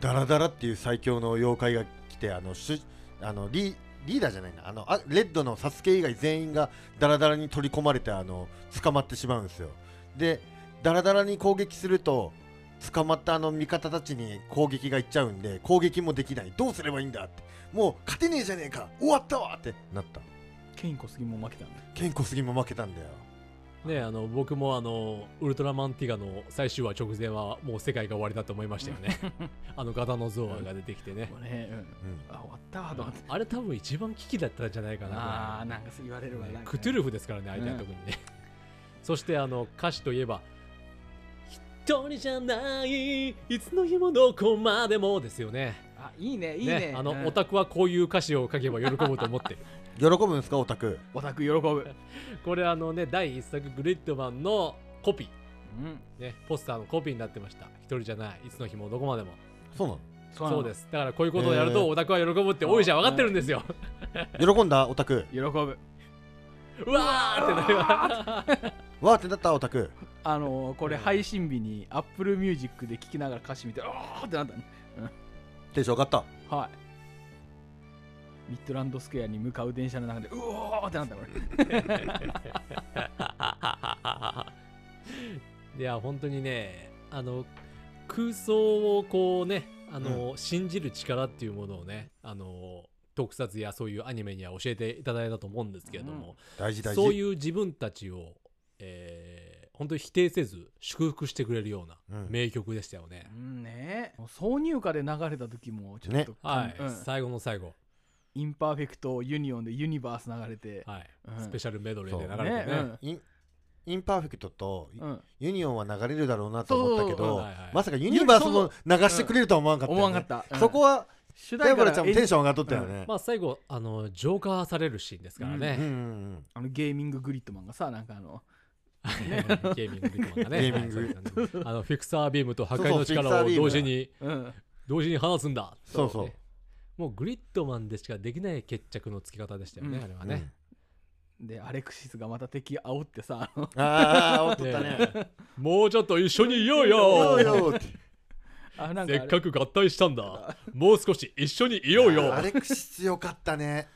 Speaker 4: ダラダラっていう最強の妖怪が来てあのしゅあのリリーダーじゃないなあのあレッドのサスケ以外全員がダラダラに取り込まれてあの捕まってしまうんですよでダラダラに攻撃すると捕まったあの味方たちに攻撃がいっちゃうんで攻撃もできないどうすればいいんだってもう勝てねえじゃねえか終わったわってなった
Speaker 2: たケインコスギも負けたんだ
Speaker 4: 健康すぎも負けたんだよ
Speaker 3: ねあの僕もあのウルトラマンティガの最終話直前はもう世界が終わりだと思いましたよ
Speaker 2: [laughs]
Speaker 3: ね。あのガタのゾーアが出てきてね
Speaker 2: も。うね、うん、
Speaker 4: うん
Speaker 2: あ終わったわと思って、
Speaker 3: あれ多分一番危機だったんじゃないか
Speaker 2: あ
Speaker 3: な。
Speaker 2: あなんかそう言われるわ、
Speaker 3: ね
Speaker 2: なんかね
Speaker 3: クトゥルフですからね、相手は特にね。 [laughs] そしてあの歌詞といえば、一人じゃない、いつの日もどこまでもですよね。
Speaker 2: あいいねいいね
Speaker 3: あの、
Speaker 2: うん
Speaker 3: オタクはこういう歌詞を書けば喜ぶと思ってる。
Speaker 4: 喜ぶんですかオタク
Speaker 2: オタク喜ぶ、うん、
Speaker 3: これあのね、第一作グリッドマンのコピー。ね、ポスターのコピーになってました。一人じゃない、いつの日もどこまでも。
Speaker 4: そうなの
Speaker 2: そうな
Speaker 3: そ
Speaker 2: の
Speaker 3: うです。だからこういうことをやる
Speaker 4: へー
Speaker 3: と、オタクは喜ぶって大石は分かってるんですよ。
Speaker 4: 喜んだオタク
Speaker 2: 喜
Speaker 3: [laughs]
Speaker 2: ぶ
Speaker 3: うわーってなります。
Speaker 4: わーってなったオタク
Speaker 2: あのー、これ
Speaker 3: うん
Speaker 2: 配信日に Apple Music で聴きながら歌詞見てああってなったね
Speaker 4: テンション上がった
Speaker 2: はいミッドランドスクエアに向かう電車の中でうおーってなったこれ
Speaker 3: [laughs] いや、本当にね、あの、空想をこうね、あの、信じる力っていうものをね、あの、特撮やそういうアニメには教えていただいたと思うんですけれども、
Speaker 4: 大事大事
Speaker 3: そういう自分たちを、えー本当に否定せず祝福してくれるような
Speaker 4: うん
Speaker 3: 名曲でしたよね
Speaker 2: う。んねえ挿入歌で流れた時もちょっと、
Speaker 4: ね
Speaker 3: はい、
Speaker 2: うん
Speaker 3: 最後の最後、
Speaker 2: インパーフェクトユニオンでユニバース流れて、
Speaker 3: はい
Speaker 2: うん
Speaker 3: スペシャルメドレーで流れてね
Speaker 2: ねうん
Speaker 4: インインパーフェクトと
Speaker 2: うん、
Speaker 4: ユニオンは流れるだろうなと思ったけ
Speaker 2: そう
Speaker 4: ど
Speaker 3: はいはい
Speaker 4: まさかユニバースも流してくれるとは思わんかった
Speaker 2: 思
Speaker 4: よ
Speaker 2: わんかっ
Speaker 4: ね
Speaker 2: た、うん
Speaker 4: そこは
Speaker 2: 主
Speaker 4: 小
Speaker 2: 題歌
Speaker 4: 原ちゃんもテン
Speaker 2: え
Speaker 4: ション上がっとったよね
Speaker 3: まあ最後あのジョーカーされるシーンですから
Speaker 4: うんう
Speaker 3: ね、
Speaker 4: ん
Speaker 2: あのゲーミンググリッドマンがさなんかあの
Speaker 3: ゲーミングビットマンがね
Speaker 4: [laughs] ゲーミング
Speaker 3: はいそうですねあのフィクサービームと破壊の力を同時に
Speaker 2: うん
Speaker 3: 同時に放つんだ
Speaker 4: そうそう
Speaker 3: ねもうグリッドマンでしかできない決着のつき方でしたよね、
Speaker 2: うん
Speaker 3: あれは
Speaker 4: うん
Speaker 3: ね、
Speaker 2: でアレクシスがまた敵煽ってさあの
Speaker 4: ああ、煽っとったね。
Speaker 3: ねもうちょっと一緒にいよう
Speaker 4: お
Speaker 3: よ
Speaker 4: うよって
Speaker 2: [laughs] あなんか
Speaker 3: せ
Speaker 2: あれ
Speaker 3: っかく合体したんだもう少し一緒にいようよ
Speaker 4: アレクシスよかったね。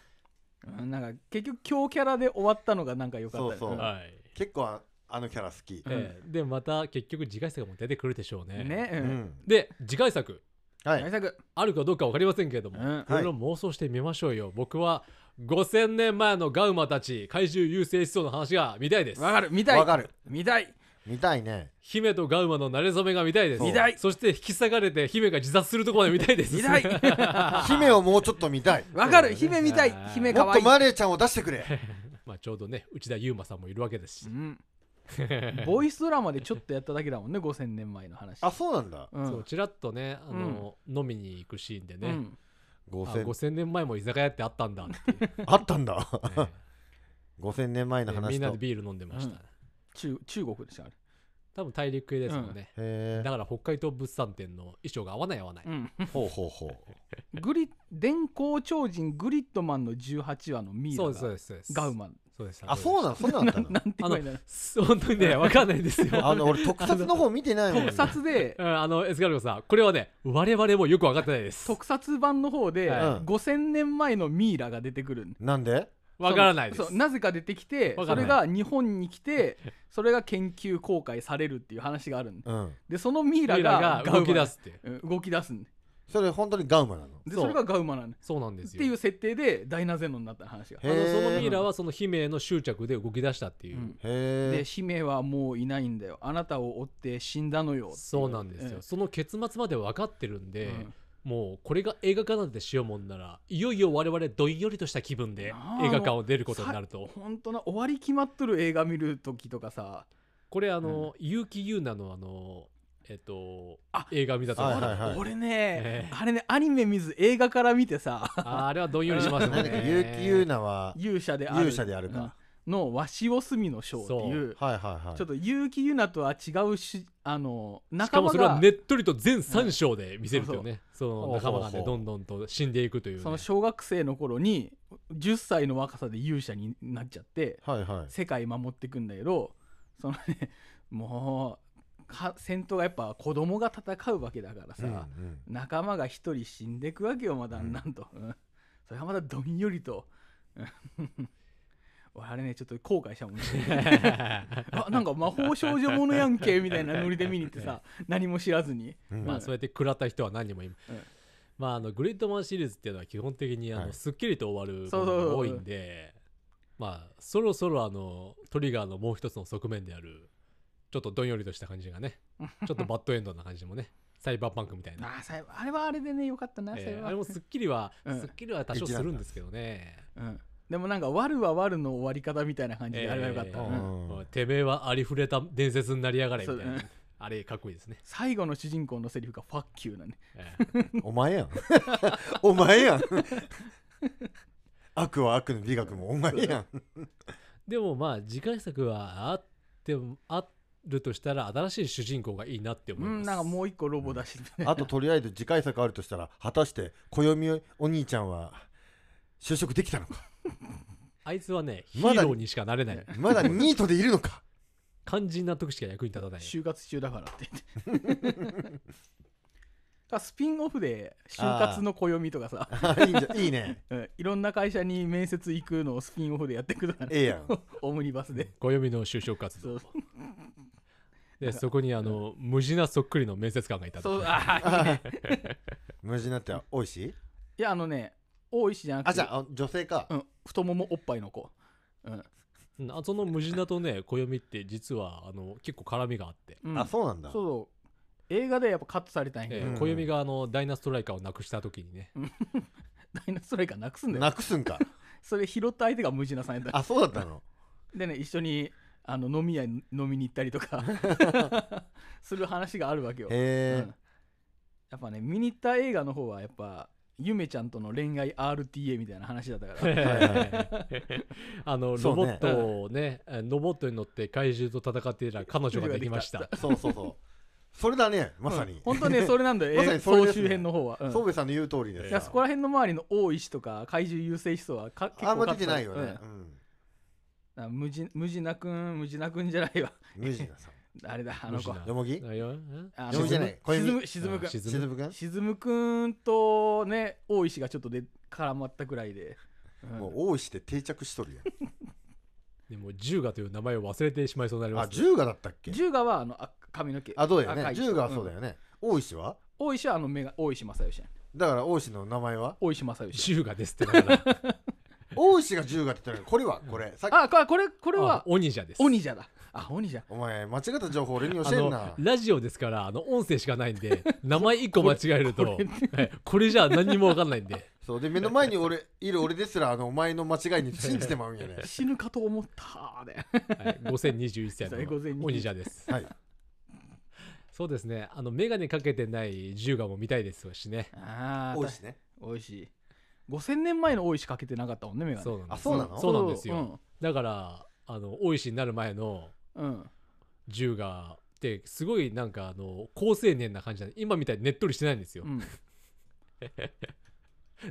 Speaker 2: うんなんか結局強キャラで終わったのがなんか良かったよね
Speaker 4: そうそう
Speaker 3: はい
Speaker 4: 結構ああのキャラ好き。
Speaker 3: ええでまた結局次回作も出てくるでしょうね
Speaker 2: ねう
Speaker 4: うんん。
Speaker 3: で次回作
Speaker 4: は
Speaker 2: 大
Speaker 4: い。
Speaker 2: 作
Speaker 3: あるかどうか分かりませんけれど
Speaker 2: う
Speaker 3: も、
Speaker 2: ん
Speaker 3: これを妄想してみましょうよ、僕は5000年前のガウマたち怪獣優勢思想の話が見たいです
Speaker 2: わかる見たい
Speaker 4: わかる。
Speaker 2: 見たい
Speaker 4: 見たいね。
Speaker 3: 姫とガウマの馴れ初めが見たいです
Speaker 4: 見た
Speaker 2: い
Speaker 3: そして引き下がれて姫が自殺するところまで見たいです
Speaker 2: 見た [laughs] い
Speaker 4: 姫をもうちょっと見たい。
Speaker 2: わかる
Speaker 4: そうだ
Speaker 2: 姫
Speaker 4: ね
Speaker 2: 見たい
Speaker 3: あー
Speaker 2: 姫
Speaker 4: も
Speaker 2: 可愛
Speaker 4: っと
Speaker 2: い
Speaker 4: マレーちゃんを出してくれ。
Speaker 3: [laughs] まあちょうどね内田優馬さんもいるわけですし
Speaker 2: う、ん
Speaker 3: [laughs]
Speaker 2: ボイスドラマでちょっとやっただけだもんね5000年前の話
Speaker 4: あ、そうなんだ。
Speaker 2: うん
Speaker 3: そうちらっとねあの、飲みに行くシーンでね、
Speaker 2: うん
Speaker 3: あ
Speaker 4: 5000
Speaker 3: 5000年前も居酒屋ってあったんだっていう
Speaker 4: [laughs]
Speaker 3: ね
Speaker 4: あったんだ。
Speaker 3: ね
Speaker 4: 5000年前の
Speaker 3: み
Speaker 4: 話
Speaker 3: んなで
Speaker 4: と。
Speaker 3: ビール飲んでました、
Speaker 2: うん中中国でしたあれ
Speaker 3: 多分大陸系ですもんね、
Speaker 4: へ
Speaker 3: だから北海道物産展の衣装が合わない合わない、
Speaker 2: うん
Speaker 4: え。ほうほうほう。
Speaker 2: グリ電光超人グリッドマンの18話のミイ
Speaker 3: そ
Speaker 2: ラ
Speaker 3: うですそ
Speaker 2: が
Speaker 3: うですそうです
Speaker 2: ガウマン
Speaker 3: そうです
Speaker 4: あ、そう
Speaker 3: な
Speaker 4: なん、そうなん
Speaker 2: [laughs]
Speaker 4: だ。
Speaker 2: なんて言えばいいんだろう
Speaker 3: 本当にね分かんないんですよ
Speaker 4: あの、俺、特撮の方見てないのに
Speaker 2: 特。撮で
Speaker 3: [laughs] うんあのエスカルゴさんこれはね我々もよく分かってないです
Speaker 2: 特撮版の方で
Speaker 3: はい
Speaker 2: 5000年前のミイラが出てくる
Speaker 4: なんで
Speaker 3: 分からないです
Speaker 2: そうなぜか出てきて
Speaker 3: わ
Speaker 2: そ
Speaker 3: からな
Speaker 2: れ
Speaker 3: い
Speaker 2: が日本に来て [laughs] それが研究公開されるっていう話があるん
Speaker 4: うん。
Speaker 2: でそのミイラ
Speaker 3: ミイ
Speaker 2: が
Speaker 3: ラが動き出
Speaker 2: す
Speaker 3: すっていう
Speaker 2: 動き出すんで
Speaker 4: それ、本当にガウマなの。
Speaker 2: で
Speaker 3: そう
Speaker 2: それがガウマなんで
Speaker 3: そうなんです
Speaker 2: っ
Speaker 3: よ
Speaker 2: ていう設定でダイナゼノンになった話が
Speaker 3: あの
Speaker 4: へ
Speaker 3: そ
Speaker 4: ー
Speaker 3: のミイラはその姫への執着で動き出したっていう、
Speaker 2: うん
Speaker 4: へ
Speaker 2: で姫はもういないんだよあなたを追って死んだのよってい
Speaker 3: そうなんですよ、
Speaker 2: うん
Speaker 3: その結末まで分かってるんで、
Speaker 2: うん
Speaker 3: もうこれが映画化なんてしようもんならいよいよ我々どんよりとした気分で
Speaker 2: なあ
Speaker 3: 映画館を出ることになると
Speaker 2: 本当な終わり決まっとる映画見る時とかさ
Speaker 3: これあの、結城優奈のあのえっと
Speaker 2: あ
Speaker 3: 映画見たところ、
Speaker 4: はいはいはい
Speaker 2: 俺ね、
Speaker 3: ええ
Speaker 2: あれねアニメ見ず映画から見てさ [laughs]
Speaker 3: あーあれはどんよりします
Speaker 4: え。
Speaker 3: ね
Speaker 4: なんだっけ、結城優奈は。
Speaker 2: 勇者である
Speaker 4: 勇者であるか
Speaker 2: うんの鷲尾隅の章っていう
Speaker 4: はいはいはい。
Speaker 2: ちょっと結城ユナとは違うしあの
Speaker 3: しか
Speaker 2: 仲
Speaker 3: も
Speaker 2: 間
Speaker 3: それは
Speaker 2: が
Speaker 3: ねっとりと全3章で見せるというね、その仲間が
Speaker 4: ほ
Speaker 3: ね
Speaker 4: うほ
Speaker 3: ど
Speaker 4: うほ
Speaker 3: んどんと死んでいくという、ね、
Speaker 2: その
Speaker 3: [laughs]
Speaker 2: 小学生の頃に10歳の若さで勇者になっちゃって
Speaker 4: はいはい。
Speaker 2: 世界守ってくんだけどそのね [laughs] もうか戦闘がやっぱ子供が戦うわけだからさ、
Speaker 4: うんうん
Speaker 2: 仲間が一人死んでくわけよまだあんなんと、うんそれはまだどんよりとうん [laughs] 俺あれねちょっと後悔したもんね
Speaker 3: [laughs]
Speaker 2: あなんか魔法少女ものやんけみたいなノリで見に行ってさ
Speaker 3: [laughs]
Speaker 2: 何も知らずに、
Speaker 4: うん
Speaker 3: まあ、そうやって食らった人は何人もいる、
Speaker 2: うん
Speaker 3: まあ、あのグリッドマンシリーズっていうのは基本的にあの、
Speaker 4: はい
Speaker 3: すっきりと終わる
Speaker 2: そう
Speaker 3: も
Speaker 2: そうそう
Speaker 3: のが多いんでまあそろそろあのトリガーのもう一つの側面であるちょっとどんよりとした感じ
Speaker 2: [laughs]
Speaker 3: がねちょっとバッドエンドな感じもねサイバーパンクみたい
Speaker 2: あ
Speaker 3: な、
Speaker 2: ーさあれはあれでねよかったな、
Speaker 3: え
Speaker 2: そ
Speaker 3: ー
Speaker 2: れ
Speaker 3: あ
Speaker 2: は
Speaker 3: れもすっきりは、
Speaker 2: うん
Speaker 3: すっきりは多少するんですけどね、
Speaker 2: うん、でもなんか「悪は悪の終わり方」みたいな感じであれはよかった、
Speaker 3: えー
Speaker 2: うん
Speaker 4: うん
Speaker 3: おいてめえはありふれた伝説になりやがれみたい
Speaker 2: そう
Speaker 3: な
Speaker 2: だね
Speaker 3: あれかっこいいですね、
Speaker 2: 最後の主人公のセリフが「ファッキュー」なんで
Speaker 3: えー
Speaker 4: お前やん。 [laughs] お前やん。悪は悪の美学もお前やん。
Speaker 3: でもまあ次回作はあってもあるとしたら新しい主人公がいいなって思
Speaker 2: う
Speaker 3: いま
Speaker 2: ん
Speaker 3: す、
Speaker 2: なんかもう一個ロボ出して、
Speaker 4: あととりあえず次回作あるとしたら果たして暦お兄ちゃんは就職できたのか
Speaker 3: あいつはねヒ
Speaker 4: まだ
Speaker 3: ーローにしかなれない
Speaker 4: まだニートでいるのか
Speaker 3: 肝心な時しか役に立たない
Speaker 2: 就活中だからって言って [laughs] かスピンオフで就活の暦とかさ、
Speaker 4: あ [laughs] いいんじゃいいね
Speaker 2: うんいろんな会社に面接行くのをスピンオフでやってくるから
Speaker 4: え
Speaker 2: [laughs]
Speaker 4: えやん
Speaker 2: オムニバスで
Speaker 3: 暦の就職活
Speaker 2: そ
Speaker 3: 動
Speaker 2: う
Speaker 3: でそこにあの、無地なそっくりの面接官がいたと
Speaker 2: そうあー
Speaker 4: [laughs] あ無事になってはおいしい
Speaker 2: いやあのね大石じゃなくて
Speaker 4: あじゃああ女性か
Speaker 2: うん、太ももおっぱいの子、うん
Speaker 3: うんあその無地なとね暦って実はあの結構絡みがあって、
Speaker 2: うん
Speaker 4: あそうなんだ
Speaker 2: そうそう映画でやっぱカットされたんやけ
Speaker 3: え
Speaker 2: ど、
Speaker 3: ー
Speaker 4: うん
Speaker 3: 暦があのダイナストライカーをなくした時にね、
Speaker 2: ダイナストライカーなくすんだよ
Speaker 4: なくすんか
Speaker 2: それ拾った相手がムジナさんやった [laughs]
Speaker 4: あそうだったの
Speaker 2: でね一緒にあの飲み屋に飲みに行ったりと
Speaker 4: [laughs]
Speaker 2: かする話があるわけよ、
Speaker 4: へ
Speaker 2: うん
Speaker 4: え
Speaker 2: やっぱね見に行った映画の方はやっぱゆめちゃんとの恋愛 RTA みたいな話だったから
Speaker 3: [laughs] あのロ
Speaker 4: そう
Speaker 3: ボ
Speaker 4: ね
Speaker 3: ットをね、ロボットに乗って怪獣と戦っていた彼女ができました。
Speaker 4: そうそうそうそれだねまさ
Speaker 2: うん
Speaker 4: に、
Speaker 2: 本当
Speaker 4: [laughs]
Speaker 2: ねそれなんだよ、
Speaker 4: まさ
Speaker 2: え
Speaker 4: にそれです
Speaker 2: 総集
Speaker 4: ね
Speaker 2: 編の方は、うん
Speaker 4: 宗部さんの言う通りです
Speaker 2: いやそこら辺の周りの大石とか怪獣優勢思想はか結構
Speaker 4: あんま
Speaker 2: か
Speaker 4: 出
Speaker 2: って
Speaker 4: ないよ
Speaker 2: うん
Speaker 4: ね
Speaker 2: だ、から無地無地なくん無地なくんじゃないわ
Speaker 4: うん、ムジナさん
Speaker 2: あれだあの子
Speaker 3: ムジナ
Speaker 4: よもぎ
Speaker 3: あいや
Speaker 2: あ
Speaker 4: よもぎじゃない小
Speaker 2: 沈
Speaker 4: 指
Speaker 2: む沈むくん
Speaker 3: 沈
Speaker 4: しず
Speaker 3: む
Speaker 4: ぶくん
Speaker 2: しずむくんとね大石がちょっとで絡まったくらいで、うん
Speaker 4: もう大石で定着しとる
Speaker 3: でも、ジュウガという名前を忘れてしまいそうになり
Speaker 4: やん
Speaker 3: ま
Speaker 4: あ
Speaker 3: す、
Speaker 4: 十がだったっけ
Speaker 2: 十賀はあのあ髪の毛
Speaker 4: あどうだよ
Speaker 2: 赤
Speaker 4: ね
Speaker 2: い
Speaker 4: 十がそうだよね、大石は
Speaker 2: うん大石はあの目が大石正義やん
Speaker 4: だから大石の名前は
Speaker 2: 大石正義
Speaker 3: ジュウガですってだから。
Speaker 4: 大石が十がって言ったのにこれはこれさっき
Speaker 2: あここれこれ
Speaker 3: あ
Speaker 2: は
Speaker 3: 鬼じゃです。
Speaker 2: 鬼じゃだあ鬼じゃ
Speaker 4: お前間違った情報俺に教
Speaker 3: あ
Speaker 4: えん
Speaker 3: の
Speaker 4: な
Speaker 3: ラジオですからあの音声しかないんで名前一個間違えると
Speaker 2: これ
Speaker 3: はいこれじゃ何にも分かんないんで
Speaker 4: そうで目の前に俺いる俺ですらあのお前の間違いに信じてまうんやね
Speaker 2: 死ぬかと思ったで
Speaker 3: はい5021歳
Speaker 2: そう5021
Speaker 3: の鬼じゃです
Speaker 4: はい
Speaker 3: そうですねあの眼鏡かけてないジュウガも見たいですしね
Speaker 2: ああ
Speaker 4: [laughs] 大石ね
Speaker 2: 大石5000年前の大石かけてなかったもんね目が
Speaker 3: そうなん
Speaker 4: あ
Speaker 3: です
Speaker 4: そうなの
Speaker 3: そうなんですよだからあの大石になる前の
Speaker 2: うん、うん
Speaker 3: 銃がってすごいなんかあの高青年な感じなんで今みたいにねっとりしてないんですよ、
Speaker 2: うん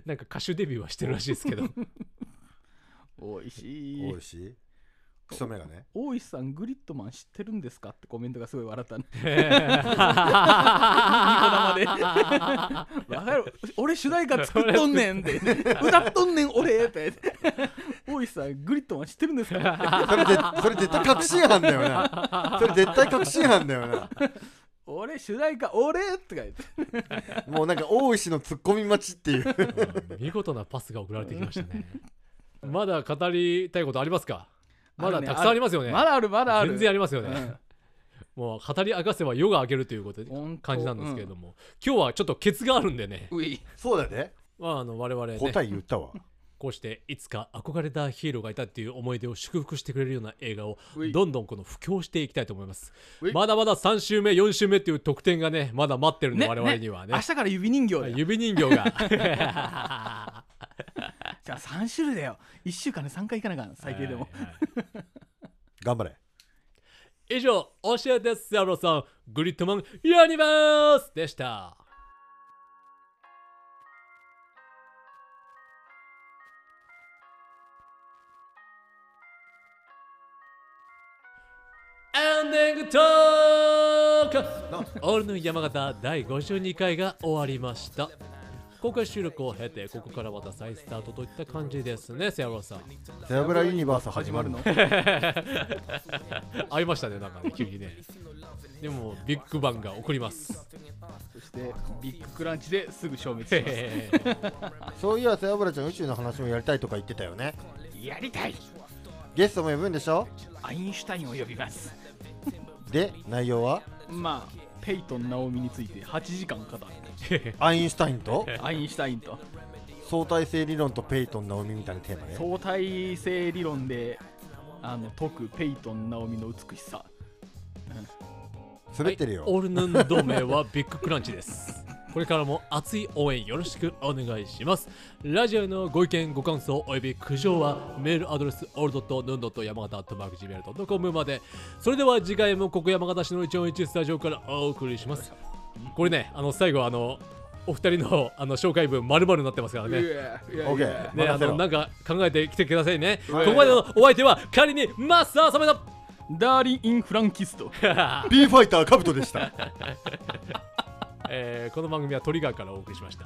Speaker 3: なんか歌手デビューはしてるらしいですけど
Speaker 2: 大石
Speaker 4: 大石クソメガネ
Speaker 2: 大石さんグリッドマン知ってるんですかってコメントがすごい笑ったねニコ生でわかる俺主題歌作っとんねん
Speaker 3: [laughs]
Speaker 2: って歌っとんねん俺って大石さんグリッドマン知ってるんですか
Speaker 4: それでそれ絶対確信犯だよなそれ絶対確信犯だよな
Speaker 2: 俺主題歌俺とか言って
Speaker 4: もうなんか大石のツッコミ待ちっていう
Speaker 3: うん [laughs] 見事なパスが送られてきましたねまだ語りたいことありますかまだたくさんありますよね
Speaker 2: まだあるまだある
Speaker 3: 全然ありますよ
Speaker 2: う
Speaker 3: ね、
Speaker 2: ん
Speaker 3: もう語り明かせば夜が明けるということ
Speaker 2: ほんと
Speaker 3: 感じなんですけれども、今日はちょっとケツがあるんでね、
Speaker 2: うい
Speaker 4: そうだね
Speaker 3: まあ、あの我々ね
Speaker 4: 答え言ったわ
Speaker 3: こうしていつか憧れたヒーローがいたっていう思い出を祝福してくれるような映画を
Speaker 2: うい
Speaker 3: どんどんこの布教していきたいと思います
Speaker 2: うい
Speaker 3: まだまだ3週目4週目っていう特典がねまだ待ってるんで、
Speaker 2: ね
Speaker 3: 我々にはね
Speaker 2: 明日から指人形だよ
Speaker 3: 指人形が
Speaker 2: じゃあ3種類だよ1週間で3回行かなあかん [laughs] 最低でも、
Speaker 3: はいはい
Speaker 4: 頑張れ
Speaker 3: 以上教えてセロさんグリッドマンユニバースでしたエンディングトーク俺の山形第52回が終わりました公開収録を経てここからまた再スタートといった感じですねセアロさん
Speaker 4: ゼブラユニバース始まるの
Speaker 3: 会いましたねなんかね急にねでもビッグバンが送り
Speaker 4: [laughs]
Speaker 3: ます
Speaker 2: そしてビッグクランチですぐ消滅しま
Speaker 3: へ
Speaker 4: そういやゼブラちゃん宇宙の話もやりたいとか言ってたよね
Speaker 2: すやりたい
Speaker 4: ゲストも呼ぶんでしょ
Speaker 2: アインシュタインを呼びます
Speaker 4: で内容は
Speaker 2: まあペイトン・ナオミについて8時間語る
Speaker 3: ー
Speaker 4: アインシュタインと
Speaker 2: アインシュタインと
Speaker 4: 相対性理論とペイトン直美みたいなテーマね
Speaker 2: 相対性理論であの解くペイトン・ナオミの美しさ
Speaker 4: 滑ってるよ、
Speaker 3: オルヌンド名はビッグクランチですこれからも熱い応援よろしくお願いしますラジオへのご意見ご感想および苦情はメールアドレスオルドットヌンドット山形アットマーク Gmail.com までそれでは次回もここ山形市の141スタジオからお送りしますこれねあの最後あのお二人のあの紹介文丸々になってますからね
Speaker 4: オッケー
Speaker 3: ね、あ
Speaker 4: 任せろ
Speaker 3: のなんか考えてきてくださいね。
Speaker 2: はい
Speaker 3: ここまでのお相手は仮にマスターサメだ
Speaker 2: ダーリン・イン・フランキスト
Speaker 4: B ファイターカブトでした
Speaker 3: えーこの番組はトリガーからお送りしました。